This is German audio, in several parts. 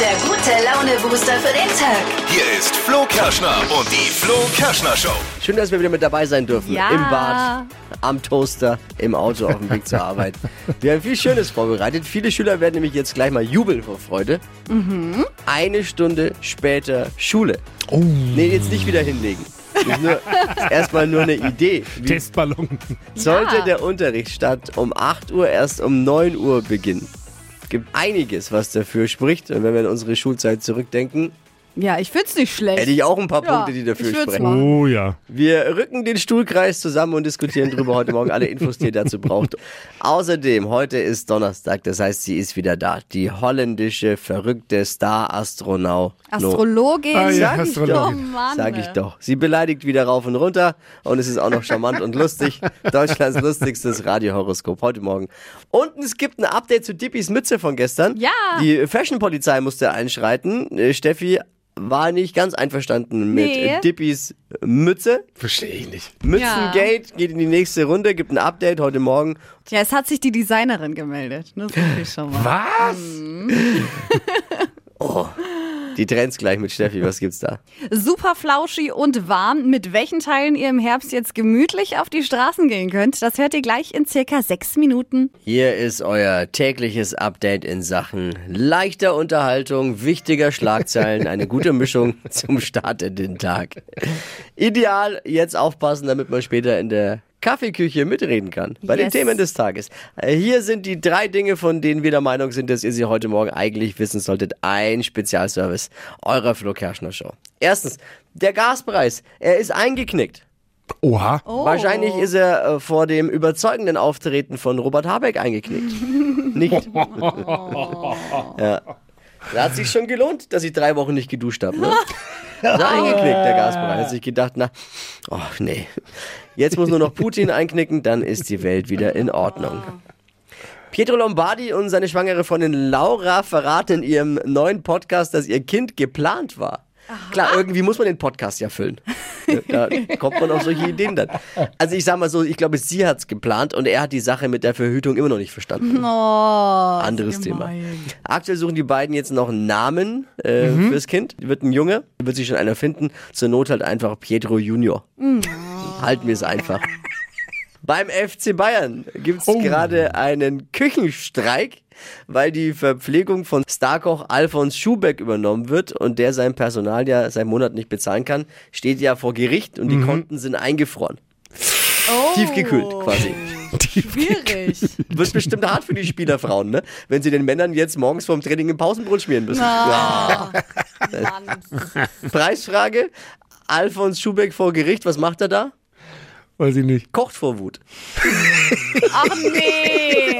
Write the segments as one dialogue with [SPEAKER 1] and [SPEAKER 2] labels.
[SPEAKER 1] der gute Laune-Booster für den Tag.
[SPEAKER 2] Hier ist Flo Kerschner und die Flo Kerschner Show.
[SPEAKER 3] Schön, dass wir wieder mit dabei sein dürfen.
[SPEAKER 4] Ja.
[SPEAKER 3] Im Bad, am Toaster, im Auto, auf dem Weg zur Arbeit. Wir haben viel Schönes vorbereitet. Viele Schüler werden nämlich jetzt gleich mal jubeln vor Freude.
[SPEAKER 4] Mhm.
[SPEAKER 3] Eine Stunde später Schule. Oh. Nee, jetzt nicht wieder hinlegen. Das ist nur- ist erstmal nur eine Idee. Wie
[SPEAKER 5] Testballon.
[SPEAKER 3] sollte
[SPEAKER 4] Ja.
[SPEAKER 3] der Unterricht statt um 8 Uhr erst um 9 Uhr beginnen? gibt einiges, was dafür spricht. Und wenn wir an unsere Schulzeit zurückdenken,
[SPEAKER 4] Ja, ich find's nicht schlecht.
[SPEAKER 3] hätte ich auch ein paar
[SPEAKER 4] Ja,
[SPEAKER 3] Punkte, die dafür
[SPEAKER 4] ich würd's
[SPEAKER 3] sprechen.
[SPEAKER 4] machen.
[SPEAKER 5] Oh ja.
[SPEAKER 3] Wir rücken den Stuhlkreis zusammen und diskutieren darüber heute Morgen alle Infos, die ihr dazu braucht. Außerdem, heute ist Donnerstag, das heißt, sie ist wieder da. Die holländische, verrückte Star-Astronau.
[SPEAKER 4] Astrologin.
[SPEAKER 5] Ah, ja,
[SPEAKER 4] Sag ich doch. Oh
[SPEAKER 5] Astrologin.
[SPEAKER 4] Mann.
[SPEAKER 3] Sag ich
[SPEAKER 4] ey.
[SPEAKER 3] doch. Sie beleidigt wieder rauf und runter und es ist auch noch charmant und lustig. Deutschlands lustigstes Radiohoroskop heute Morgen. Und es gibt ein Update zu Dippis Mütze von gestern.
[SPEAKER 4] Ja.
[SPEAKER 3] Die Fashion-Polizei musste einschreiten. Äh, Steffi war nicht ganz einverstanden mit
[SPEAKER 4] Nee.
[SPEAKER 3] Dippis Mütze.
[SPEAKER 5] Verstehe ich nicht.
[SPEAKER 3] Mützengate geht in die nächste Runde, gibt ein Update heute Morgen.
[SPEAKER 4] Ja, es hat sich die Designerin gemeldet. ne? Das sag ich schon mal.
[SPEAKER 5] Was?
[SPEAKER 3] Oh, Die Trends gleich mit Steffi, was gibt's da?
[SPEAKER 4] Super flauschig und warm. Mit welchen Teilen ihr im Herbst jetzt gemütlich auf die Straßen gehen könnt, das hört ihr gleich in circa sechs Minuten.
[SPEAKER 3] Hier ist euer tägliches Update in Sachen leichter Unterhaltung, wichtiger Schlagzeilen, eine gute Mischung zum Start in den Tag. Ideal, jetzt aufpassen, damit man später in der Kaffeeküche mitreden kann bei den
[SPEAKER 4] Yes.
[SPEAKER 3] Themen des Tages. Äh, Hier sind die drei Dinge, von denen wir der Meinung sind, dass ihr sie heute Morgen eigentlich wissen solltet. Ein Spezialservice eurer Flo Kerschner Show. Erstens, der Gaspreis. Er ist eingeknickt.
[SPEAKER 5] Oha.
[SPEAKER 3] Wahrscheinlich ist er äh, vor dem überzeugenden Auftreten von Robert Habeck eingeknickt. nicht? ja. Da hat sich schon gelohnt, dass ich drei Wochen nicht geduscht habe. Ne? Da hat er eingeknickt, der Gaspreis. Hat sich gedacht, na, oh nee. Jetzt muss nur noch Putin einknicken, dann ist die Welt wieder in Ordnung. Pietro Lombardi und seine schwangere Freundin Laura verraten in ihrem neuen Podcast, dass ihr Kind geplant war. Klar, irgendwie muss man den Podcast ja füllen. Da kommt man auf solche Ideen dann. Also ich sag mal so, ich glaube, sie hat's geplant und er hat die Sache mit der Verhütung immer noch nicht verstanden.
[SPEAKER 4] Oh, ist
[SPEAKER 3] Anderes Thema.
[SPEAKER 4] gemein.
[SPEAKER 3] Aktuell suchen die beiden jetzt noch einen Namen äh, fürs Kind. Wird ein Junge, wird sich schon einer finden. Zur Not halt einfach Pietro Junior. Halten wir es einfach. Beim FC Bayern gibt es
[SPEAKER 5] Oh.
[SPEAKER 3] gerade einen Küchenstreik, weil die Verpflegung von Starkoch Alfons Schubeck übernommen wird und der sein Personal ja seit Monat nicht bezahlen kann, steht ja vor Gericht und die Konten sind eingefroren. Tiefgekühlt quasi.
[SPEAKER 4] Schwierig.
[SPEAKER 3] Wird bestimmt hart für die Spielerfrauen, ne? Wenn sie den Männern jetzt morgens vorm Training im Pausenbrot schmieren müssen.
[SPEAKER 4] Mann.
[SPEAKER 3] Preisfrage. Alfons Schubeck vor Gericht, was macht er da?
[SPEAKER 5] Weiß ich nicht.
[SPEAKER 3] Kocht vor Wut.
[SPEAKER 4] Ach nee.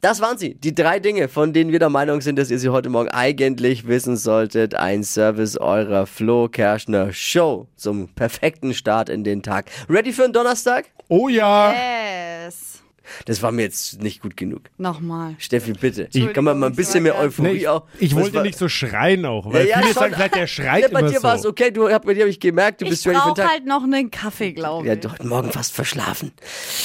[SPEAKER 3] Das waren sie, die drei Dinge, von denen wir der Meinung sind, dass ihr sie heute Morgen eigentlich wissen solltet. Ein Service eurer Flo Kerschner Show zum perfekten Start in den Tag. Ready für einen Donnerstag?
[SPEAKER 5] Oh ja.
[SPEAKER 4] Yes.
[SPEAKER 3] Das war mir jetzt nicht gut genug.
[SPEAKER 4] Nochmal.
[SPEAKER 3] Steffi, bitte. Kann man mal ein bisschen mehr Euphorie
[SPEAKER 5] Nee, ich,
[SPEAKER 3] auch.
[SPEAKER 5] ich
[SPEAKER 3] Oh Das
[SPEAKER 5] wollte
[SPEAKER 3] war-
[SPEAKER 5] nicht so schreien auch, weil viele
[SPEAKER 3] schon.
[SPEAKER 5] sagen vielleicht, der schreit
[SPEAKER 3] ja, bei
[SPEAKER 5] immer
[SPEAKER 3] dir
[SPEAKER 5] so.
[SPEAKER 3] war es okay, du, hab, bei dir habe ich gemerkt, du
[SPEAKER 4] Ich
[SPEAKER 3] bist ready für den
[SPEAKER 4] brauche
[SPEAKER 3] Tag.
[SPEAKER 4] halt noch einen Kaffee, glaube ich.
[SPEAKER 3] Ja, du hast morgen fast verschlafen.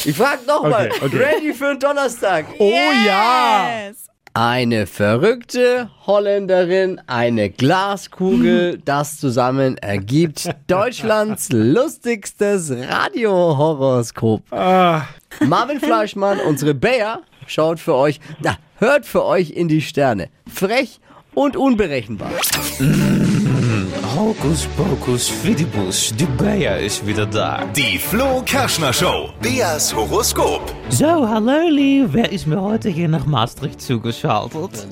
[SPEAKER 3] Ich frag nochmal.
[SPEAKER 5] Okay, okay.
[SPEAKER 3] Ready für den Donnerstag.
[SPEAKER 5] Oh
[SPEAKER 3] Ah.
[SPEAKER 5] ja.
[SPEAKER 4] Yes.
[SPEAKER 3] Eine verrückte Holländerin, eine Glaskugel, das zusammen ergibt Deutschlands lustigstes Radiohoroskop.
[SPEAKER 5] Ah,
[SPEAKER 3] Marvin Fleischmann, unsere Bayer, schaut für euch, na, hört für euch in die Sterne. Frech und unberechenbar.
[SPEAKER 6] Hocus pocus fidibus, de Bea is weer daar.
[SPEAKER 2] Die Flo Kerschner Show. Beas Horoskop.
[SPEAKER 6] Zo, hallo lief, wer is mir heute hier nach Maastricht zugeschaltet?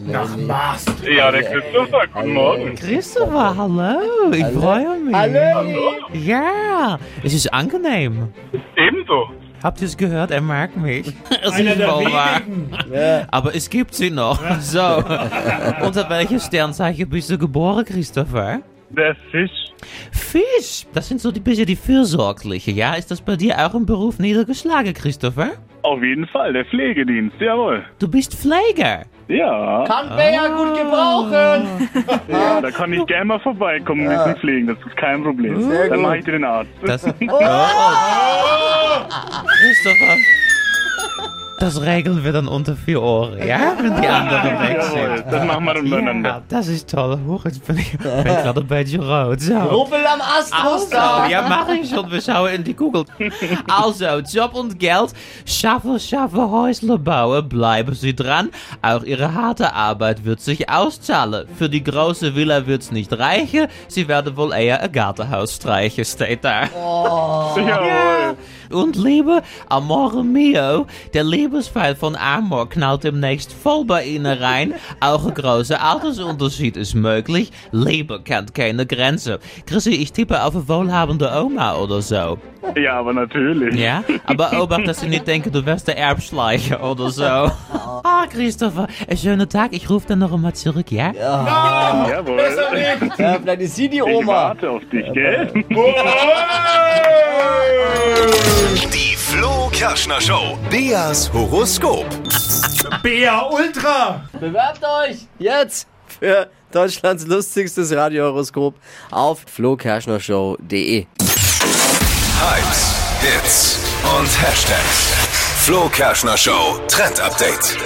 [SPEAKER 7] Ja, der Christopher, guten Morgen.
[SPEAKER 6] Christopher, hallo, ik freue mich.
[SPEAKER 3] Hallo.
[SPEAKER 6] Ja, es ist angenehm.
[SPEAKER 7] Ebenso.
[SPEAKER 6] Habt ihr es gehört? Er mag mich. Es
[SPEAKER 5] Einer
[SPEAKER 6] ist
[SPEAKER 5] der
[SPEAKER 6] wohl wahr. Aber es gibt sie noch. So. Unter welches Sternzeichen bist du geboren, Christopher?
[SPEAKER 7] Der Fisch.
[SPEAKER 6] Fisch. Das sind so die bisschen die Fürsorgliche, ja? Ist das bei dir auch im Beruf niedergeschlagen, Christopher?
[SPEAKER 7] Auf jeden Fall, der Pflegedienst, jawohl.
[SPEAKER 6] Du bist Pfleger.
[SPEAKER 7] Ja,
[SPEAKER 3] Kann Bayer gut gebrauchen.
[SPEAKER 7] ja da kann ich gerne mal vorbeikommen und dich pflegen, das ist kein Problem. Dann mache ich dir den Arzt.
[SPEAKER 6] Das. Oh. Christopher. Das regeln wir dann unter vier Ohren, ja? Wenn die anderen weg
[SPEAKER 7] Jawohl,
[SPEAKER 6] sind.
[SPEAKER 7] das machen wir untereinander.
[SPEAKER 6] Ja, das ist toll. Hoch, jetzt bin ich, bin ich gerade ein bisschen rot. So.
[SPEAKER 3] Rubbel am Ast,
[SPEAKER 6] Also, ja, mach ich schon. Wir schauen in die Kugel. Also, Job und Geld. Schaffen, schaffen, Häusle bauen. Bleiben Sie dran. Auch Ihre harte Arbeit wird sich auszahlen. Für die große Villa wird's nicht reichen. Sie werden wohl eher ein Gartenhaus streichen, steht da.
[SPEAKER 7] Jawohl.
[SPEAKER 6] Und liebe Amore Mio, der Lebensfall von Amor knallt demnächst voll bei Ihnen rein. Auch ein großer Altersunterschied ist möglich. Liebe kennt keine Grenzen. Chrissy, ich tippe auf eine wohlhabende Oma oder so.
[SPEAKER 7] Ja, aber natürlich.
[SPEAKER 6] Ja? Aber obacht, dass Sie nicht denken, du wärst der Erbschleicher oder so. Ah, Christopher, einen schönen Tag. Ich rufe dann noch einmal zurück, ja?
[SPEAKER 7] Jawohl.
[SPEAKER 3] Ja, vielleicht ist sie die
[SPEAKER 7] Ich
[SPEAKER 3] Oma.
[SPEAKER 7] warte auf dich, gell?
[SPEAKER 2] Die Flo Kerschner Show. Beas Horoskop.
[SPEAKER 5] Bea Ultra.
[SPEAKER 3] Bewerbt euch jetzt für Deutschlands lustigstes Radiohoroskop auf flokerschnershow.de.
[SPEAKER 2] Hypes, Hits und Hashtags. Flo Kerschner Show Trend Update.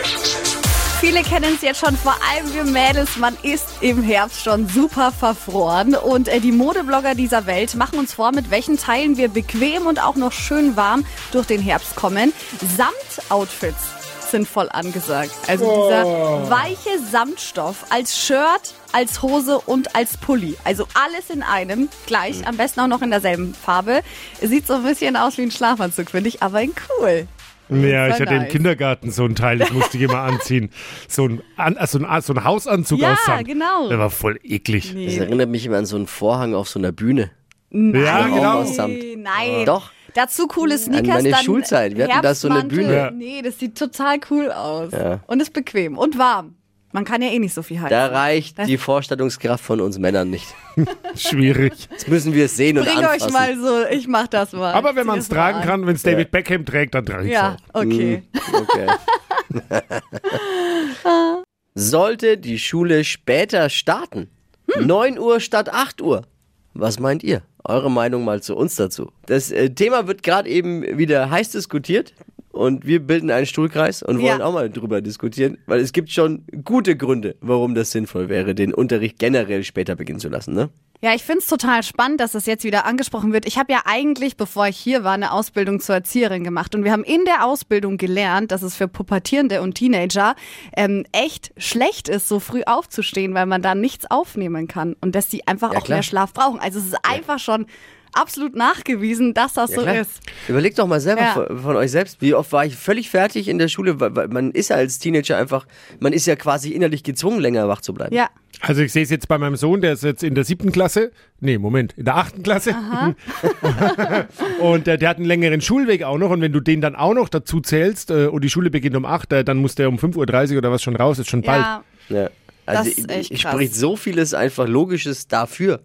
[SPEAKER 4] Viele kennen es jetzt schon, vor allem wir Mädels. Man ist im Herbst schon super verfroren. Und äh, die Modeblogger dieser Welt machen uns vor, mit welchen Teilen wir bequem und auch noch schön warm durch den Herbst kommen. Samt-Outfits sind voll angesagt. Also dieser weiche Samtstoff als Shirt, als Hose und als Pulli. Also alles in einem, gleich, am besten auch noch in derselben Farbe. Sieht so ein bisschen aus wie ein Schlafanzug, finde ich, aber in cool.
[SPEAKER 5] Ja, ich hatte im
[SPEAKER 4] nice.
[SPEAKER 5] Kindergarten so einen Teil, das musste ich immer anziehen. So ein, An äh, so ein, so ein Hausanzug
[SPEAKER 4] Ja,
[SPEAKER 5] aus Sand.
[SPEAKER 4] genau.
[SPEAKER 5] Der war voll eklig.
[SPEAKER 3] Das erinnert mich immer an so einen Vorhang auf so einer Bühne.
[SPEAKER 5] Ja,
[SPEAKER 3] Auch
[SPEAKER 5] genau.
[SPEAKER 3] aus Samt.
[SPEAKER 4] Nein.
[SPEAKER 3] Doch.
[SPEAKER 4] Dazu coole Sneakers.
[SPEAKER 3] meine
[SPEAKER 4] dann
[SPEAKER 3] Schulzeit. Wir hatten da so eine
[SPEAKER 4] Herbstmantel.
[SPEAKER 3] Bühne.
[SPEAKER 5] Ja.
[SPEAKER 4] Nee, das sieht total cool aus.
[SPEAKER 3] Ja.
[SPEAKER 4] Und ist bequem und warm. Man kann ja eh nicht so viel heizen.
[SPEAKER 3] Da reicht die Vorstellungskraft von uns Männern nicht.
[SPEAKER 5] Schwierig.
[SPEAKER 3] Jetzt müssen wir es sehen und
[SPEAKER 4] Bring
[SPEAKER 3] anfassen.
[SPEAKER 4] euch mal so, ich mach das mal.
[SPEAKER 5] Aber wenn
[SPEAKER 4] Zieh
[SPEAKER 5] man es
[SPEAKER 4] das mal
[SPEAKER 5] tragen
[SPEAKER 4] an.
[SPEAKER 5] kann, wenn es David Beckham trägt, dann trage ich es
[SPEAKER 4] Ja,
[SPEAKER 3] Mhm.
[SPEAKER 5] auch.
[SPEAKER 4] okay.
[SPEAKER 3] Okay. Sollte die Schule später starten?
[SPEAKER 4] Hm.
[SPEAKER 3] 9 Uhr statt 8 Uhr. Was meint ihr? Eure Meinung mal zu uns dazu. Das äh, Thema wird gerade eben wieder heiß diskutiert und wir bilden einen Stuhlkreis und wollen
[SPEAKER 4] Ja.
[SPEAKER 3] auch mal drüber diskutieren, weil es gibt schon gute Gründe, warum das sinnvoll wäre, den Unterricht generell später beginnen zu lassen. Ne?
[SPEAKER 4] Ja, ich find's total spannend, dass das jetzt wieder angesprochen wird. Ich habe ja eigentlich, bevor ich hier war, eine Ausbildung zur Erzieherin gemacht. Und wir haben in der Ausbildung gelernt, dass es für Pubertierende und Teenager ähm, echt schlecht ist, so früh aufzustehen, weil man da nichts aufnehmen kann und dass die einfach
[SPEAKER 3] Ja,
[SPEAKER 4] auch
[SPEAKER 3] klar.
[SPEAKER 4] mehr Schlaf brauchen. Also es ist einfach schon absolut nachgewiesen, dass das so
[SPEAKER 3] klar.
[SPEAKER 4] ist.
[SPEAKER 3] Überlegt doch mal selber
[SPEAKER 4] Ja.
[SPEAKER 3] von, von euch selbst, wie oft war ich völlig fertig in der Schule, weil, weil man ist ja als Teenager einfach, man ist ja quasi innerlich gezwungen, länger wach zu bleiben.
[SPEAKER 4] Ja.
[SPEAKER 5] Also ich sehe es jetzt bei meinem Sohn, der ist jetzt in der siebten Klasse. Nee, Moment, in der achten Klasse. und äh, der hat einen längeren Schulweg auch noch. Und wenn du den dann auch noch dazu zählst äh, und die Schule beginnt um 8, äh, dann muss der um 5.30 Uhr oder was schon raus, ist schon bald.
[SPEAKER 4] Ja.
[SPEAKER 3] Ja. Also
[SPEAKER 4] Das ist echt
[SPEAKER 3] ich-
[SPEAKER 4] krass.
[SPEAKER 3] spricht so vieles einfach Logisches dafür.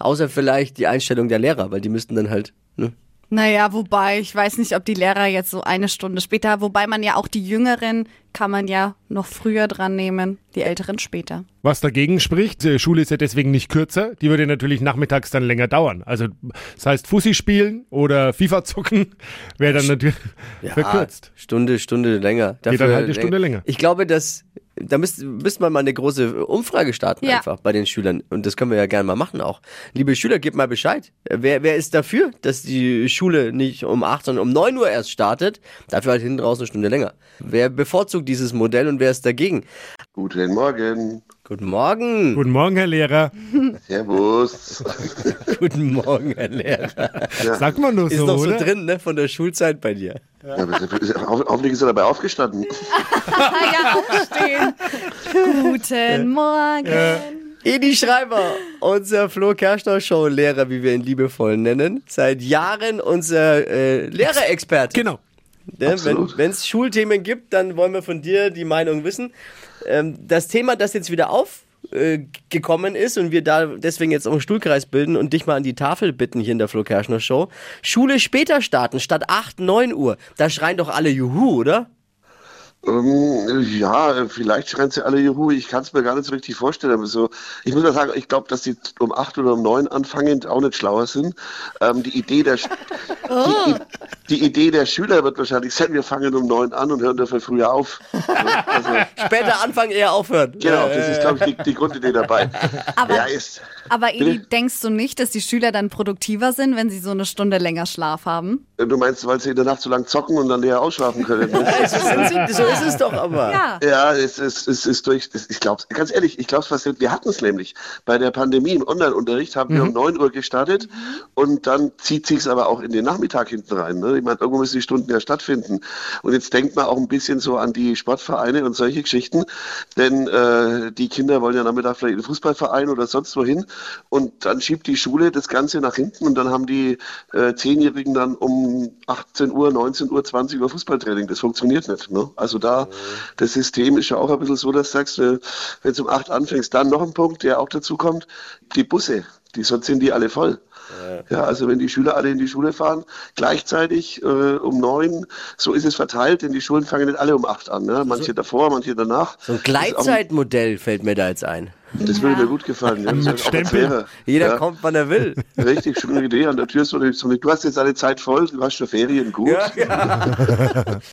[SPEAKER 3] Außer vielleicht die Einstellung der Lehrer, weil die müssten dann halt. Ne?
[SPEAKER 4] Naja, wobei, ich weiß nicht, ob die Lehrer jetzt so eine Stunde später, wobei man ja auch die Jüngeren kann man ja noch früher dran nehmen, die Älteren später.
[SPEAKER 5] Was dagegen spricht, äh, Schule ist ja deswegen nicht kürzer, die würde natürlich nachmittags dann länger dauern. Also das heißt Fussi spielen oder FIFA zocken wäre dann natürlich verkürzt.
[SPEAKER 3] Stunde, Stunde länger.
[SPEAKER 5] dann halt eine Stunde länger.
[SPEAKER 3] Ich glaube, dass da müsste müsste man mal eine große Umfrage starten
[SPEAKER 4] Ja.
[SPEAKER 3] einfach bei den Schülern. Und das können wir ja gerne mal machen auch. Liebe Schüler, gebt mal Bescheid. Wer, wer ist dafür, dass die Schule nicht um 8, sondern um 9 Uhr erst startet? Dafür halt hinten raus eine Stunde länger. Wer bevorzugt dieses Modell und wer ist dagegen?
[SPEAKER 8] Guten Morgen.
[SPEAKER 3] Guten Morgen.
[SPEAKER 5] Guten Morgen, Herr Lehrer.
[SPEAKER 8] Servus.
[SPEAKER 3] Guten Morgen, Herr Lehrer.
[SPEAKER 5] Sagt man nur
[SPEAKER 3] Ist
[SPEAKER 5] so,
[SPEAKER 3] noch so
[SPEAKER 5] oder?
[SPEAKER 3] drin, ne, von der Schulzeit bei dir.
[SPEAKER 8] Ja, aber ho- hoffentlich ist er dabei aufgestanden.
[SPEAKER 4] Ah ja, aufstehen. Guten Morgen.
[SPEAKER 3] Edi Schreiber, unser Flo Kerschner Show Lehrer, wie wir ihn liebevoll nennen, seit Jahren unser äh, Lehrerexperte.
[SPEAKER 5] Genau.
[SPEAKER 3] Ne?
[SPEAKER 8] Absolut.
[SPEAKER 3] Wenn es Schulthemen gibt, dann wollen wir von dir die Meinung wissen. Ähm, das Thema, das jetzt wieder aufgekommen ist und wir da deswegen jetzt auch einen Stuhlkreis bilden und dich mal an die Tafel bitten hier in der Flo Kerschner Show. Schule später starten, statt 8, 9 Uhr. Da schreien doch alle Juhu, oder?
[SPEAKER 8] ähm, ja, vielleicht schreien sie alle Juhu. Ich kann es mir gar nicht so richtig vorstellen. Aber so, ich muss mal sagen, ich glaube, dass die um acht oder um neun anfangen, auch nicht schlauer sind. Ähm, die Idee der, Sch- die, I- die Idee der Schüler wird wahrscheinlich sein, wir fangen um neun an und hören dafür früher auf. Also,
[SPEAKER 3] Später anfangen, eher aufhören. Äh,
[SPEAKER 8] genau, das ist, glaube ich, die, die Grundidee dabei.
[SPEAKER 4] Aber-
[SPEAKER 8] ja, ist,
[SPEAKER 4] Aber Edi,
[SPEAKER 8] Bitte?
[SPEAKER 4] denkst du nicht, dass die Schüler dann produktiver sind, wenn sie so eine Stunde länger Schlaf haben?
[SPEAKER 8] du meinst, weil sie in der Nacht so lang zocken und dann leer ausschlafen können.
[SPEAKER 3] So sind sie- so ist es doch aber.
[SPEAKER 4] Ja.
[SPEAKER 8] Ja, es ist, es ist durch. Es, ich glaube, ganz ehrlich, ich glaube es passiert. Wir hatten es nämlich bei der Pandemie im Online-Unterricht haben wir um 9 Uhr gestartet und dann zieht sich's aber auch in den Nachmittag hinten rein. Ne? Ich meine, irgendwo müssen die Stunden ja stattfinden. Und jetzt denkt man auch ein bisschen so an die Sportvereine und solche Geschichten, denn äh, die Kinder wollen ja nachmittag vielleicht in den Fußballverein oder sonst wohin und dann schiebt die Schule das Ganze nach hinten und dann haben die äh, Zehnjährigen dann um 18 Uhr, 19 Uhr, 20 Uhr Fußballtraining. Das funktioniert nicht. Ne? Also da,
[SPEAKER 3] Mhm.
[SPEAKER 8] das System ist ja auch ein bisschen so, dass du sagst, äh, wenn du um 8 anfängst, dann noch ein Punkt, der auch dazu kommt, die Busse, die, sonst sind die alle voll. Ja, also wenn die Schüler alle in die Schule fahren, gleichzeitig äh, um neun, so ist es verteilt, denn die Schulen fangen nicht alle um acht an. Ne? Manche davor, manche danach.
[SPEAKER 3] So ein
[SPEAKER 8] Das ist auch-
[SPEAKER 3] Gleitzeitmodell fällt mir da jetzt ein.
[SPEAKER 8] Das würde mir gut gefallen. Ja. Das ist auch
[SPEAKER 5] Stempel.
[SPEAKER 8] ein Fairer.
[SPEAKER 3] Jeder
[SPEAKER 8] ja.
[SPEAKER 3] kommt, wann er will.
[SPEAKER 8] Richtig, schöne Idee. An der Tür ist so eine, so eine, du hast jetzt alle Zeit voll, du hast schon Ferien, gut.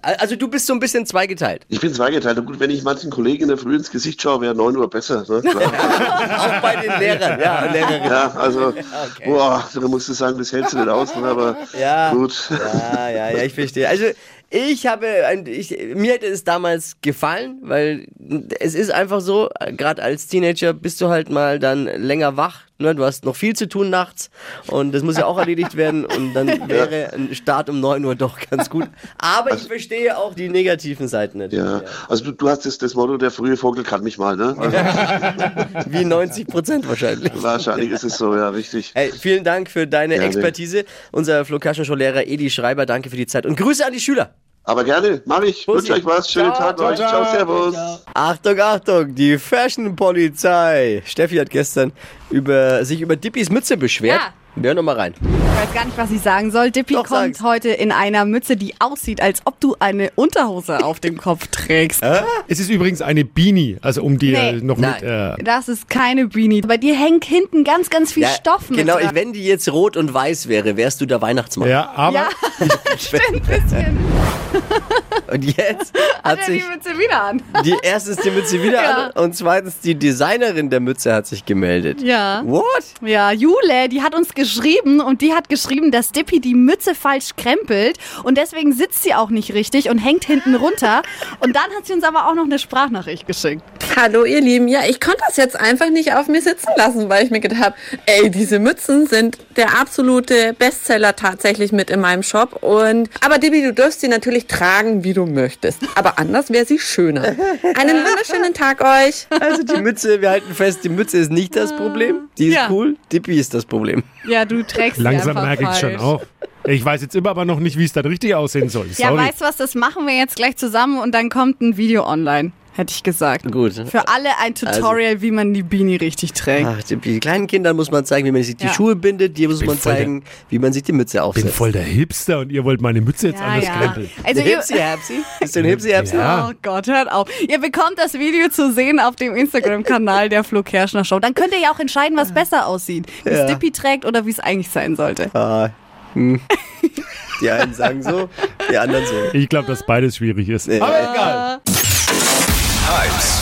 [SPEAKER 3] Also du bist so ein bisschen zweigeteilt.
[SPEAKER 8] Ich bin zweigeteilt. Und Gut, wenn ich manchen Kollegen in der Früh ins Gesicht schaue, wäre 9 Uhr besser. Ne? Klar.
[SPEAKER 3] Auch bei den Lehrern, ja, Lehrerinnen.
[SPEAKER 8] ja, also, boah, da musst du sagen, das hältst du nicht aus, ne? aber
[SPEAKER 3] Ja.
[SPEAKER 8] gut.
[SPEAKER 3] Ja, ja, ja, ich verstehe. Also ich habe, ein, ich, mir hätte es damals gefallen, weil es ist einfach so, gerade als Teenager bist du halt mal dann länger wach. Ne? Du hast noch viel zu tun nachts und das muss ja auch erledigt werden und dann wäre ein Start um 9 Uhr doch ganz gut. Aber ich verstehe auch die negativen Seiten natürlich.
[SPEAKER 8] Also Ja, also du, du hast das, das Motto, der frühe Vogel kann mich mal, ne? Also,
[SPEAKER 3] Wie 90 Prozent wahrscheinlich.
[SPEAKER 8] wahrscheinlich ist es so, ja, richtig.
[SPEAKER 3] Hey, vielen Dank für deine
[SPEAKER 8] Gerne.
[SPEAKER 3] Expertise. Unser Flo Kaschenshow-Lehrer Edi Schreiber, danke für die Zeit und Grüße an die Schüler.
[SPEAKER 8] Aber gerne, mach ich.
[SPEAKER 3] Bussi.
[SPEAKER 8] Wünsche euch was. Schönen
[SPEAKER 3] Ciao,
[SPEAKER 8] Tag
[SPEAKER 3] ciao,
[SPEAKER 8] euch. Ciao, servus.
[SPEAKER 3] Achtung, Achtung, die Fashion-Polizei. Steffi hat gestern über, sich über Dippis Mütze beschwert.
[SPEAKER 4] Ja.
[SPEAKER 3] Wir hören nochmal rein.
[SPEAKER 4] Ich weiß gar nicht, was ich sagen soll. Dippy
[SPEAKER 3] Doch,
[SPEAKER 4] kommt
[SPEAKER 3] sag's.
[SPEAKER 4] heute in einer Mütze, die aussieht, als ob du eine Unterhose auf dem Kopf trägst.
[SPEAKER 5] Es ist übrigens eine Beanie, also um die
[SPEAKER 4] Nee.
[SPEAKER 5] äh, noch
[SPEAKER 3] Nein.
[SPEAKER 5] mit. Äh,
[SPEAKER 4] Das ist keine Beanie. Bei dir hängt hinten ganz, ganz viel
[SPEAKER 3] Ja,
[SPEAKER 4] Stoff mit.
[SPEAKER 3] genau,
[SPEAKER 4] dran.
[SPEAKER 3] ich, wenn die jetzt rot und weiß wäre, wärst du der Weihnachtsmann.
[SPEAKER 5] ja, aber
[SPEAKER 4] ja, stimmt, ein bisschen.
[SPEAKER 3] Und jetzt
[SPEAKER 4] Hat
[SPEAKER 3] hat
[SPEAKER 4] er
[SPEAKER 3] sich
[SPEAKER 4] die Mütze wieder an.
[SPEAKER 3] die erstens die Mütze wieder
[SPEAKER 4] Ja.
[SPEAKER 3] an und zweitens die Designerin der Mütze hat sich gemeldet.
[SPEAKER 4] Ja.
[SPEAKER 3] What?
[SPEAKER 4] Ja, Jule, die hat uns geschrieben und die hat geschrieben, dass Dippy die Mütze falsch krempelt und deswegen sitzt sie auch nicht richtig und hängt hinten runter. Und dann hat sie uns aber auch noch eine Sprachnachricht geschickt.
[SPEAKER 9] Hallo ihr Lieben, ja, ich konnte das jetzt einfach nicht auf mir sitzen lassen, weil ich mir gedacht habe, ey, diese Mützen sind der absolute Bestseller tatsächlich mit in meinem Shop und aber Dibi, du darfst sie natürlich tragen, wie du möchtest, aber anders wäre sie schöner. Einen wunderschönen Tag euch.
[SPEAKER 3] Also die Mütze, wir halten fest, die Mütze ist nicht das Problem. Die ist
[SPEAKER 4] Ja.
[SPEAKER 3] cool, Dippi ist das Problem.
[SPEAKER 4] Ja, du trägst sie
[SPEAKER 5] langsam
[SPEAKER 4] einfach
[SPEAKER 5] merke ich schon
[SPEAKER 4] falsch.
[SPEAKER 5] auch. Ich weiß jetzt immer aber noch nicht, wie es dann richtig aussehen soll.
[SPEAKER 4] Ja,
[SPEAKER 5] Sorry.
[SPEAKER 4] weißt du was, das machen wir jetzt gleich zusammen und dann kommt ein Video online, hätte ich gesagt.
[SPEAKER 3] Gut.
[SPEAKER 4] Für alle ein
[SPEAKER 5] Also-
[SPEAKER 4] Tutorial, wie man die Beanie richtig trägt.
[SPEAKER 3] Ach, Dippi, die kleinen Kindern muss man zeigen, wie man sich die
[SPEAKER 4] Ja.
[SPEAKER 3] Schuhe bindet, dir muss
[SPEAKER 5] Bin
[SPEAKER 3] man
[SPEAKER 5] voll der-
[SPEAKER 3] zeigen, wie man sich die Mütze
[SPEAKER 5] Ich bin
[SPEAKER 3] aufsetzt.
[SPEAKER 5] voll der Hipster und ihr wollt meine Mütze jetzt anders krempeln.
[SPEAKER 4] Also,
[SPEAKER 3] Der
[SPEAKER 4] ihr,
[SPEAKER 3] Hipsi Hapsi? Bist du ein Hipsi Hapsi?
[SPEAKER 5] Ja.
[SPEAKER 4] Oh Gott, hört auf. Ihr bekommt das Video zu sehen auf dem Instagram-Kanal der Flo Kerschner Show. Dann könnt ihr ja auch entscheiden, was besser aussieht. Wie
[SPEAKER 3] Ja.
[SPEAKER 4] es Dippy trägt oder wie es eigentlich sein sollte.
[SPEAKER 3] Ah, hm. Die einen sagen so, die anderen so.
[SPEAKER 5] Ich glaube, dass beides schwierig ist.
[SPEAKER 3] Nee.
[SPEAKER 5] Aber egal.
[SPEAKER 2] Hypes,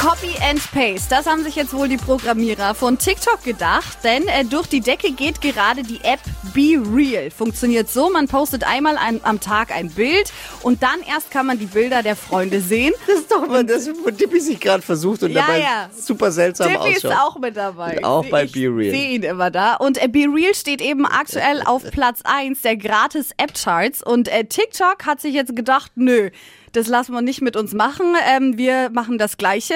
[SPEAKER 4] Copy and Paste, das haben sich jetzt wohl die Programmierer von TikTok gedacht, denn äh, durch die Decke geht gerade die App Be Real. Funktioniert so, man postet einmal ein, am Tag ein Bild und dann erst kann man die Bilder der Freunde sehen.
[SPEAKER 3] Das ist doch mal das, wo Dippi sich gerade versucht und
[SPEAKER 4] Ja,
[SPEAKER 3] dabei
[SPEAKER 4] ja.
[SPEAKER 3] super seltsam
[SPEAKER 4] Dippy ist
[SPEAKER 3] ausschaut.
[SPEAKER 4] auch mit dabei.
[SPEAKER 3] Auch
[SPEAKER 4] Seh
[SPEAKER 3] bei
[SPEAKER 4] ich,
[SPEAKER 3] Be Real.
[SPEAKER 4] sehe ihn immer da. Und äh, Be Real steht eben aktuell auf Platz 1 der gratis App-Charts. Und äh, TikTok hat sich jetzt gedacht, nö. Das lassen wir nicht mit uns machen. Ähm, wir machen das Gleiche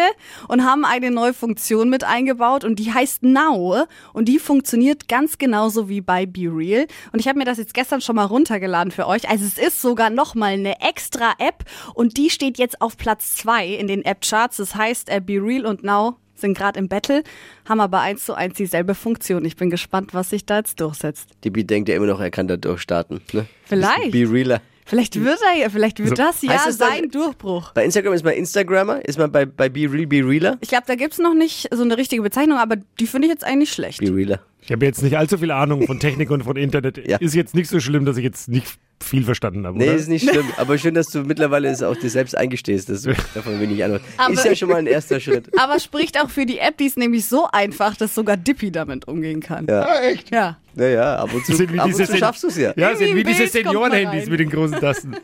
[SPEAKER 4] und haben eine neue Funktion mit eingebaut und die heißt Now und die funktioniert ganz genauso wie bei Be Real. Und ich habe mir das jetzt gestern schon mal runtergeladen für euch. Also es ist sogar nochmal eine extra App und die steht jetzt auf Platz 2 in den App-Charts. Das heißt, äh, Be Real und Now sind gerade im Battle, haben aber eins zu eins dieselbe Funktion. Ich bin gespannt, was sich da jetzt durchsetzt.
[SPEAKER 3] Dippi denkt ja immer noch, er kann da durchstarten. Ne?
[SPEAKER 4] Vielleicht.
[SPEAKER 3] Be realer.
[SPEAKER 4] Vielleicht wird er, vielleicht wird das ja
[SPEAKER 3] Hm. Heißt es dann-
[SPEAKER 4] sein Durchbruch.
[SPEAKER 3] Bei Instagram ist man Instagrammer, ist man bei, bei Be Real, Be Realer?
[SPEAKER 4] Ich glaube, da gibt's noch nicht so eine richtige Bezeichnung, aber die finde ich jetzt eigentlich schlecht.
[SPEAKER 3] Be Realer.
[SPEAKER 5] Ich habe jetzt nicht allzu viel Ahnung von Technik und von Internet.
[SPEAKER 3] Ja.
[SPEAKER 5] Ist jetzt nicht so schlimm, dass ich jetzt nicht viel verstanden habe.
[SPEAKER 3] Nee,
[SPEAKER 5] oder?
[SPEAKER 3] ist nicht schlimm. Aber schön, dass du mittlerweile es auch dir selbst eingestehst, dass du davon wenig Ahnung hast.
[SPEAKER 4] Aber-
[SPEAKER 3] Ist ja schon mal ein erster Schritt.
[SPEAKER 4] Aber spricht auch für die App, die ist nämlich so einfach, dass sogar Dippy damit umgehen kann.
[SPEAKER 3] Ja.
[SPEAKER 5] echt?
[SPEAKER 4] Ja.
[SPEAKER 3] Naja, ab und zu,
[SPEAKER 5] Sind wie
[SPEAKER 3] ab und
[SPEAKER 5] diese
[SPEAKER 3] zu
[SPEAKER 5] Sen-
[SPEAKER 3] schaffst du es ja.
[SPEAKER 5] Ja,
[SPEAKER 4] Irgendwie
[SPEAKER 5] sind wie
[SPEAKER 4] ein
[SPEAKER 5] diese
[SPEAKER 4] Bild kommt mal
[SPEAKER 5] Senioren-Handys
[SPEAKER 4] rein.
[SPEAKER 5] mit den großen Tasten.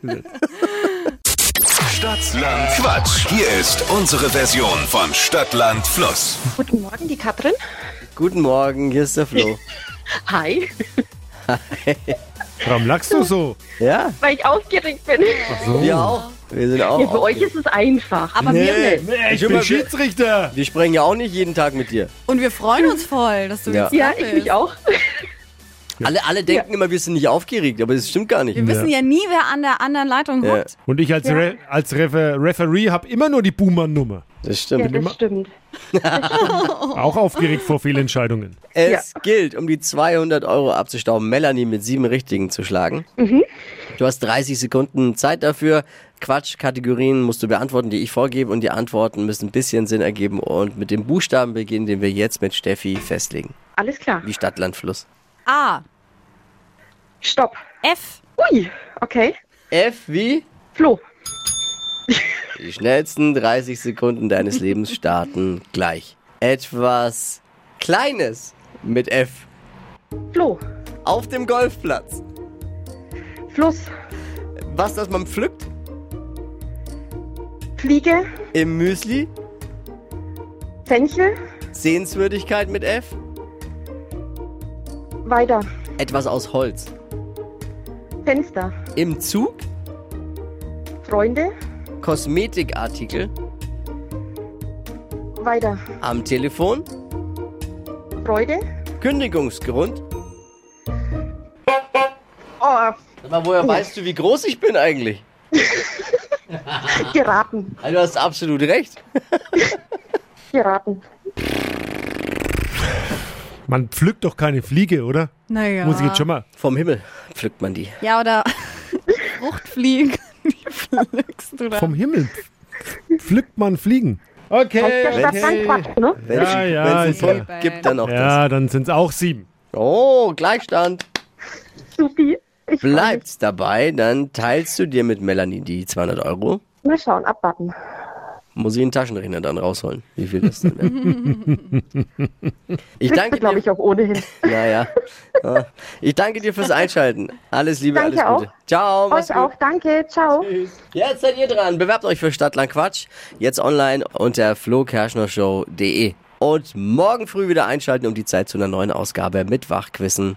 [SPEAKER 2] Stadtland Quatsch. Hier ist unsere Version von Stadtland Fluss.
[SPEAKER 9] Guten Morgen, die Katrin.
[SPEAKER 3] Guten Morgen, hier ist der Flo.
[SPEAKER 9] Hi,
[SPEAKER 5] Warum lachst du so?
[SPEAKER 3] Ja,
[SPEAKER 9] weil ich aufgeregt bin.
[SPEAKER 3] wir auch. Wir sind auch.
[SPEAKER 9] Bei euch ist es einfach.
[SPEAKER 4] Aber wir nicht.
[SPEAKER 5] Ich
[SPEAKER 3] Schau
[SPEAKER 5] bin
[SPEAKER 3] mal,
[SPEAKER 5] Schiedsrichter.
[SPEAKER 3] wir sprechen ja auch nicht jeden Tag mit dir.
[SPEAKER 4] Und wir freuen uns voll, dass du
[SPEAKER 3] Ja.
[SPEAKER 4] jetzt da
[SPEAKER 9] Ja, ich
[SPEAKER 4] bist.
[SPEAKER 9] mich auch.
[SPEAKER 3] Alle, alle denken immer, wir sind nicht aufgeregt, aber das stimmt gar nicht.
[SPEAKER 4] Wir wissen ja nie, wer an der anderen Leitung
[SPEAKER 3] Ja.
[SPEAKER 4] hockt.
[SPEAKER 5] Und ich als, Re als Refer Referee habe immer nur die Boomer-Nummer.
[SPEAKER 3] Das
[SPEAKER 9] Ja,
[SPEAKER 3] stimmt.
[SPEAKER 9] das stimmt.
[SPEAKER 5] Auch aufgeregt vor Fehlentscheidungen.
[SPEAKER 3] Es gilt, um die 200 Euro abzustauben, Melanie mit sieben Richtigen zu schlagen. Du hast 30 Sekunden Zeit dafür. Quatschkategorien musst du beantworten, die ich vorgebe. Und die Antworten müssen ein bisschen Sinn ergeben und mit dem Buchstaben beginnen, den wir jetzt mit Steffi festlegen.
[SPEAKER 9] Alles klar.
[SPEAKER 3] Wie Stadt, Land, Fluss.
[SPEAKER 4] A.
[SPEAKER 9] Stopp.
[SPEAKER 4] F.
[SPEAKER 9] Ui, okay.
[SPEAKER 3] F wie?
[SPEAKER 9] Flo.
[SPEAKER 3] Die schnellsten 30 Sekunden deines Lebens starten gleich. Etwas Kleines mit F.
[SPEAKER 9] Flo.
[SPEAKER 3] Auf dem Golfplatz.
[SPEAKER 9] Fluss.
[SPEAKER 3] Was, das man pflückt?
[SPEAKER 9] Fliege.
[SPEAKER 3] Im Müsli?
[SPEAKER 9] Fenchel.
[SPEAKER 3] Sehenswürdigkeit mit F?
[SPEAKER 9] Weiter.
[SPEAKER 3] Etwas aus Holz.
[SPEAKER 9] Fenster.
[SPEAKER 3] Im Zug?
[SPEAKER 9] Freunde.
[SPEAKER 3] Kosmetikartikel?
[SPEAKER 9] Weiter.
[SPEAKER 3] Am Telefon?
[SPEAKER 9] Freude.
[SPEAKER 3] Kündigungsgrund?
[SPEAKER 9] Oh,
[SPEAKER 3] Sag mal, woher weißt du, wie groß ich bin eigentlich?
[SPEAKER 9] geraten.
[SPEAKER 3] Also, du hast absolut recht.
[SPEAKER 9] Geraten.
[SPEAKER 5] Man pflückt doch keine Fliege, oder?
[SPEAKER 4] Naja.
[SPEAKER 5] Muss ich jetzt schon mal.
[SPEAKER 3] Vom Himmel pflückt man die.
[SPEAKER 4] Ja, oder Fruchtfliegen. Die pflückst du da.
[SPEAKER 5] Vom Himmel pflückt man Fliegen.
[SPEAKER 9] Der
[SPEAKER 5] Okay.
[SPEAKER 9] Stadtland Quatsch, ne?
[SPEAKER 3] Wenn
[SPEAKER 5] Ja, ja,
[SPEAKER 3] es
[SPEAKER 5] ist
[SPEAKER 3] einen Punkt
[SPEAKER 4] ja.
[SPEAKER 3] gibt, dann auch
[SPEAKER 5] Ja, dann sind es auch sieben.
[SPEAKER 3] das. Oh, Gleichstand.
[SPEAKER 9] Supi. Ich freu mich.
[SPEAKER 3] Bleibt's dabei, dann teilst du dir mit Melanie die 200 Euro.
[SPEAKER 9] Mal schauen, abwarten.
[SPEAKER 3] Muss ich einen Taschenrechner dann rausholen, wie viel das denn wäre. Ich danke
[SPEAKER 9] Glaube
[SPEAKER 3] dir.
[SPEAKER 9] ich auch ohnehin.
[SPEAKER 3] Naja. Ja. Ah. Ich danke dir fürs Einschalten. Alles Liebe,
[SPEAKER 9] Danke
[SPEAKER 3] alles Gute. Ciao, mach's
[SPEAKER 9] Euch
[SPEAKER 3] gut.
[SPEAKER 9] auch. Danke. Ciao.
[SPEAKER 3] Jetzt seid ihr dran. Bewerbt euch für Stadtland Quatsch. Jetzt online unter flokerschnershow.de. Und morgen früh wieder einschalten um die Zeit zu einer neuen Ausgabe mit Wachquissen.